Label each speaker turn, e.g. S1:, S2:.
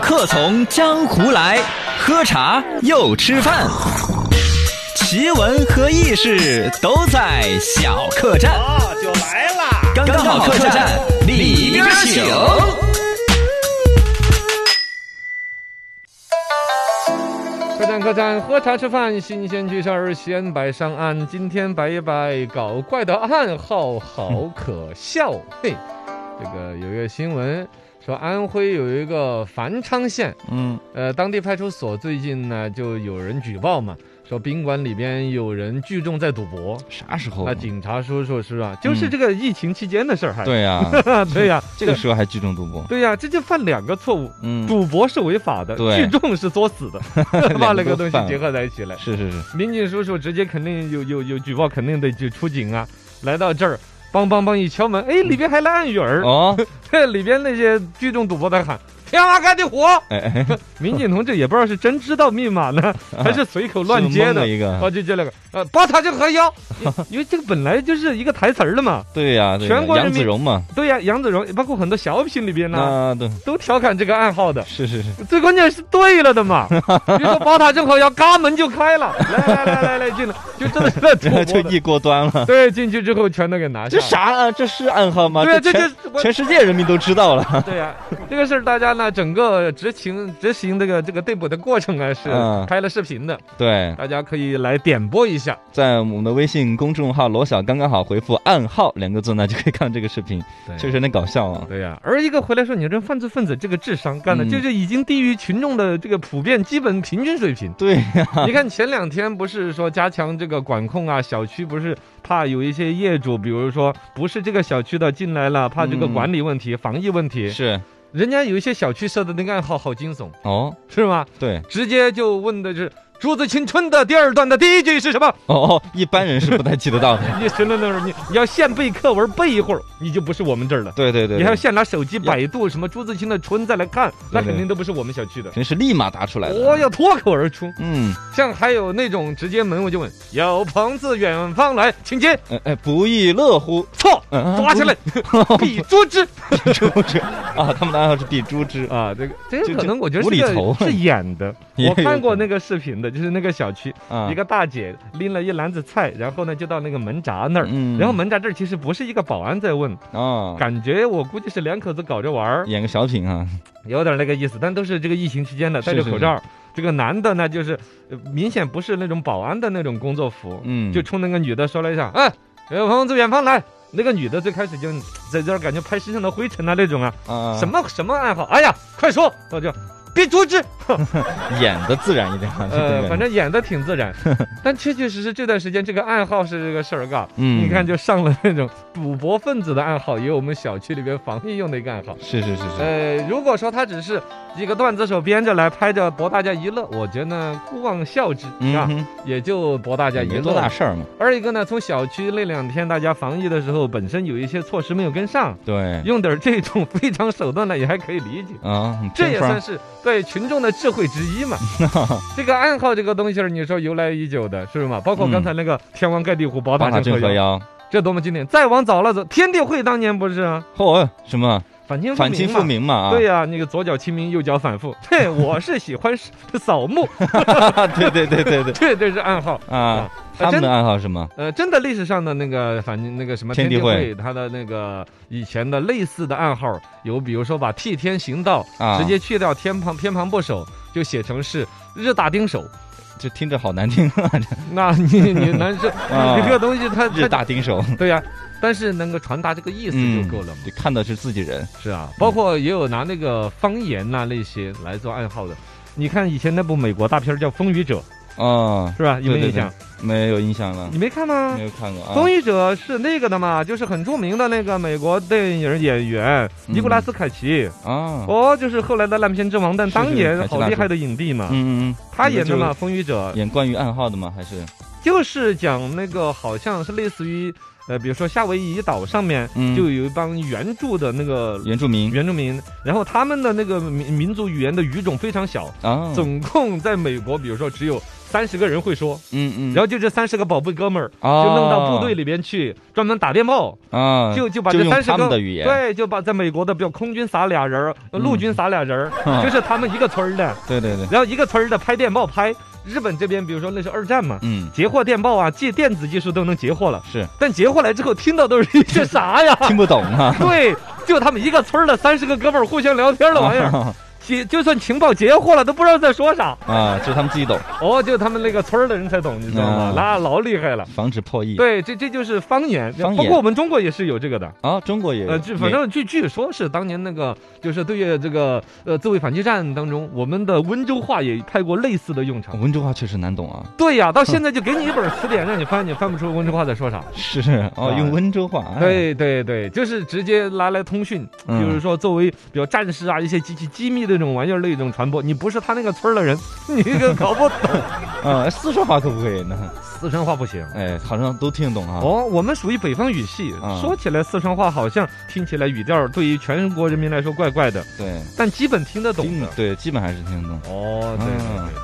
S1: 客从江湖来，喝茶又吃饭，奇闻和异事都在小客栈。
S2: 啊，就来啦！
S1: 刚刚好客栈里边请。
S3: 客栈客栈，喝茶吃饭，新鲜趣事儿，先摆上岸。今天摆一摆搞怪的暗号，好可笑。嘿，这个有一个新闻说，安徽有一个繁昌县，
S1: 嗯，
S3: 呃，当地派出所最近呢就有人举报嘛，说宾馆里边有人聚众在赌博。
S1: 啥时候啊
S3: 那？警察叔叔是吧？就是这个疫情期间的事儿，还、
S1: 对 呀、
S3: 对呀、
S1: 这个时候还聚众赌博。
S3: 对呀、这就犯两个错误。
S1: 嗯，
S3: 赌博是违法的，
S1: 对
S3: 聚众是作死的， 把两个东西结合在一起来。
S1: 是是是，
S3: 民警叔叔直接肯定有有有举报，肯定得去出警啊！来到这儿，梆梆梆一敲门，哎，里边还来暗语儿，
S1: 哦，
S3: 这里边那些聚众赌博的喊“天花开的火
S1: 哎 哎，”，
S3: 民警同志也不知道是真知道密码 呢，还是随口乱接
S1: 是蒙
S3: 的
S1: 了。一个，
S3: 哦，就接了个，呃，包塔就核销， 因为这个本来就是一个台词儿的嘛。
S1: 对呀、对呀
S3: 全国人
S1: 杨
S3: 民
S1: 子荣嘛，
S3: 对呀、杨子荣包括很多小品里边呢、
S1: 那对，
S3: 都调侃这个暗号的。
S1: 是是是，
S3: 最关键是对了 的嘛，你说宝塔镇口要嘎门就开了，来来来来来进来，就真的是在
S1: 然后 就
S3: 赌博的。
S1: 一锅端了。
S3: 对，进去之后全都给拿下
S1: 这
S3: 了。
S1: 啥啊？这是暗号吗？
S3: 对啊，这
S1: 这全
S3: 这我
S1: 全世界人民都知道了。
S3: 对呀、这个事儿大家呢整个执行执行这个这个逮捕的过程啊是
S1: 嗯
S3: 拍了视频的，
S1: 对，
S3: 大家可以来点播一下。
S1: 在我们的微信公众号“罗小刚刚好”回复“暗号”两个字呢，就可以看到这个视频，确实很搞笑啊。
S3: 对呀、而一个回来说你这犯罪分子这个智商干的、
S1: 嗯
S3: 就是已经低于群众的这个普遍基本平均水平。
S1: 对呀、
S3: 你看前两天不是说加强这个管控啊，小区不是怕有一些业主，比如说不是这个小区的进来了，怕这个
S1: 嗯
S3: 管理问题、防疫问题，
S1: 是
S3: 人家有一些小区设的那个暗号好惊悚，
S1: 哦，
S3: 是吗？
S1: 对
S3: 直接就问的是。竹子青春的第二段的第一句是什么？
S1: 哦哦，一般人是不太记得到 的。
S3: 你神论的时候，你你要现背课文背一会儿，你就不是我们这儿的。
S1: 对对对，
S3: 你还要
S1: 对
S3: 现拿手机百度什么朱自清的春再来看，那
S1: 对对
S3: 肯定都不是我们小区的。
S1: 平时立马答出来的。
S3: 我要脱口而出，
S1: 嗯，
S3: 像还有那种直接门我就问，有朋自远方来，请接
S1: 哎哎，不亦乐乎。
S3: 错，
S1: 嗯
S3: 抓起来，必诛之
S1: 猪之啊，他们的暗号是比猪之。
S3: 啊！这个这
S1: 这
S3: 个可能我觉得
S1: 无
S3: 是
S1: 厘
S3: 个
S1: 头
S3: 是演的，
S1: 也
S3: 我看
S1: 有可
S3: 过
S1: 能
S3: 那个视频的，就是那个小区
S1: 啊，
S3: 一个大姐拎了一篮子菜，然后呢就到那个门闸那儿。
S1: 嗯，
S3: 然后门闸这儿其实不是一个保安在问，
S1: 啊，
S3: 感觉我估计是两口子搞着玩儿，
S1: 演个小品啊，
S3: 有点那个意思，但都是这个疫情期间的，
S1: 是
S3: 戴着
S1: 是
S3: 口罩。这个男的呢，就是呃明显不是那种保安的那种工作服，
S1: 嗯，
S3: 就冲那个女的说了一下，哎，呃朋友自远方来。那个女的最开始就在这儿感觉拍身上的灰尘啊那种啊，
S1: 啊
S3: 什么什么暗号，哎呀，快说，我就别阻止，
S1: 演的自然一点啊，这
S3: 呃，
S1: 个
S3: 反正演的挺自 然，但确确实实这段时间这个暗号是这个事儿啊干，
S1: 嗯
S3: 你看就上了那种赌博分子的暗号，也有我们小区里边防疫用的一个暗号。
S1: 是是是是，
S3: 呃，如果说他只是一个段子手编着来拍着博大家一乐，我觉得呢姑妄效之啊，
S1: 嗯哼，
S3: 也就博大家一
S1: 没
S3: 哎乐
S1: 多
S3: 了
S1: 大。事儿嘛，
S3: 二一个呢，从小区那两天大家防疫的时候，本身有一些措施没有跟上，
S1: 对
S3: 用点这种非常手段呢，也还可以理解。
S1: 啊，很
S3: 这
S1: 偏
S3: 也
S1: 方
S3: 算是对群众的智慧之一嘛。这个暗号这个东西儿，你说由来已久的，是吗？包括刚才那个“天王盖地虎，宝
S1: 八
S3: 塔
S1: 塔
S3: 镇
S1: 镇
S3: 河
S1: 河
S3: 妖
S1: 妖，”，
S3: 这多么经典！再往早了走，天地会当年不是啊，
S1: 嚯，哦什么
S3: 反清
S1: 反清复
S3: 嘛。
S1: 明嘛啊，
S3: 对呀、那个左脚清明，右脚反复。 对，我是喜欢扫墓，
S1: 啊， 对对对对对
S3: 这这是暗号。
S1: 啊，他
S3: 真
S1: 们的暗号是什么？
S3: 呃，真的历史上的那个反正那个什么
S1: 天
S3: 地
S1: 地
S3: 会，它的那个以前的类似的暗号有，比如说把替天行道、
S1: 啊
S3: 直接去掉天旁偏旁部首，就写成是日大丁手。
S1: 这听着好难听啊，
S3: 那你你难受，
S1: 啊
S3: 你这个东西它
S1: 这日
S3: 它
S1: 大丁手，嗯
S3: 对呀、但是能够传达这个意思 就够了嘛。
S1: 就看到是自己人，
S3: 是啊，包括也有拿那个方言呐、那些来做暗号的。你看以前那部美国大片儿叫《风雨者
S1: 啊，》，
S3: 是吧？有没
S1: 对
S3: 有
S1: 对嗯
S3: 印象？
S1: 没有印象了，
S3: 你没看吗
S1: 没？有看过
S3: 《
S1: 啊
S3: 风，雨者》是那个的嘛，就是很著名的那个美国电影演员
S1: 嗯
S3: 尼古拉斯凯奇，
S1: 啊，
S3: 哦，就是后来的烂片之王，但
S1: 是
S3: 当
S1: 凯
S3: 年
S1: 奇
S3: 好
S1: 大
S3: 厉
S1: 叔
S3: 害的影帝嘛。
S1: 嗯嗯
S3: 他演的嘛，
S1: 就
S3: 《风雨者》
S1: 嗯，演关于暗号的吗？还是
S3: 就是讲那个好像是类似于，呃，比如说夏威夷岛上面、
S1: 嗯
S3: 就有一帮原住的那个
S1: 原住民
S3: 原住民，然后他们的那个民民族语言的语种非常小，
S1: 啊？
S3: 总共在美国，比如说只有三十个人会说，
S1: 嗯嗯，
S3: 然后就这三十个宝贝哥们儿
S1: 哦
S3: 就弄到部队里边去，专门打电报，
S1: 后啊，
S3: 就就把
S1: 就
S3: 这
S1: 用
S3: 三十
S1: 他
S3: 个
S1: 们的语言，
S3: 对，就把在美国的，比如空军撒俩人儿，陆军撒俩人儿，
S1: 嗯
S3: 就是他们一个村儿的，
S1: 对对对，
S3: 然后一个村儿的拍电报拍。日本这边，比如说那是二战嘛，
S1: 嗯，
S3: 截获电报啊，借电子技术都能截获了，
S1: 是
S3: 但截获来之后听到都是一些啥呀？
S1: 听不懂 啊，
S3: 对，就他们一个村儿的三十个哥们儿互相聊天的玩意儿，截就算情报截获了，都不知道在说啥。
S1: 啊，就他们自己懂，
S3: 哦，就他们那个村儿的人才懂，你知道吗
S1: 啊？
S3: 那老厉害了。
S1: 防止破译。
S3: 对，这这就是方言。
S1: 方言
S3: 不过我们中国也是有这个的。
S1: 啊，中国也有
S3: 呃，据反正据据说是当年那个，就是对于这个呃自卫反击战当中，我们的温州话也派过类似的用
S1: 美
S3: 场。
S1: 温州话确实难懂啊，
S3: 对呀，到现在就给你一本词典，让你翻，你翻不出温州话在说啥。
S1: 是哦，
S3: 啊
S1: 用温州话，哎，
S3: 对对对，就是直接拿来通讯，比
S1: 嗯
S3: 如说作为比如战士啊一些极其机密的这种玩意儿的一种传播，你不是他那个村儿的人，你这个搞 不懂。
S1: 啊，四川话可不可以呢？
S3: 四川话不行。
S1: 哎，好像都听得懂啊。
S3: 哦，我们属于北方语系，
S1: 啊
S3: 说起来四川话好像听起来语调对于全国人民来说怪怪的，
S1: 对，
S3: 但基本听得懂
S1: 基
S3: 的
S1: 本。对，基本还是听得懂。
S3: 哦，对对对。